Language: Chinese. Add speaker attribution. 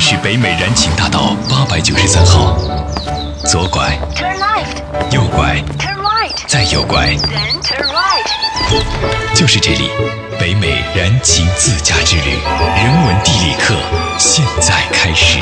Speaker 1: 市北美燃情大道八百九十三号，左拐，
Speaker 2: Turn left,
Speaker 1: 右拐，
Speaker 2: turn right,
Speaker 1: 再右拐，
Speaker 2: then turn right.
Speaker 1: 就是这里，北美燃情自驾之旅，人文地理课现在开始。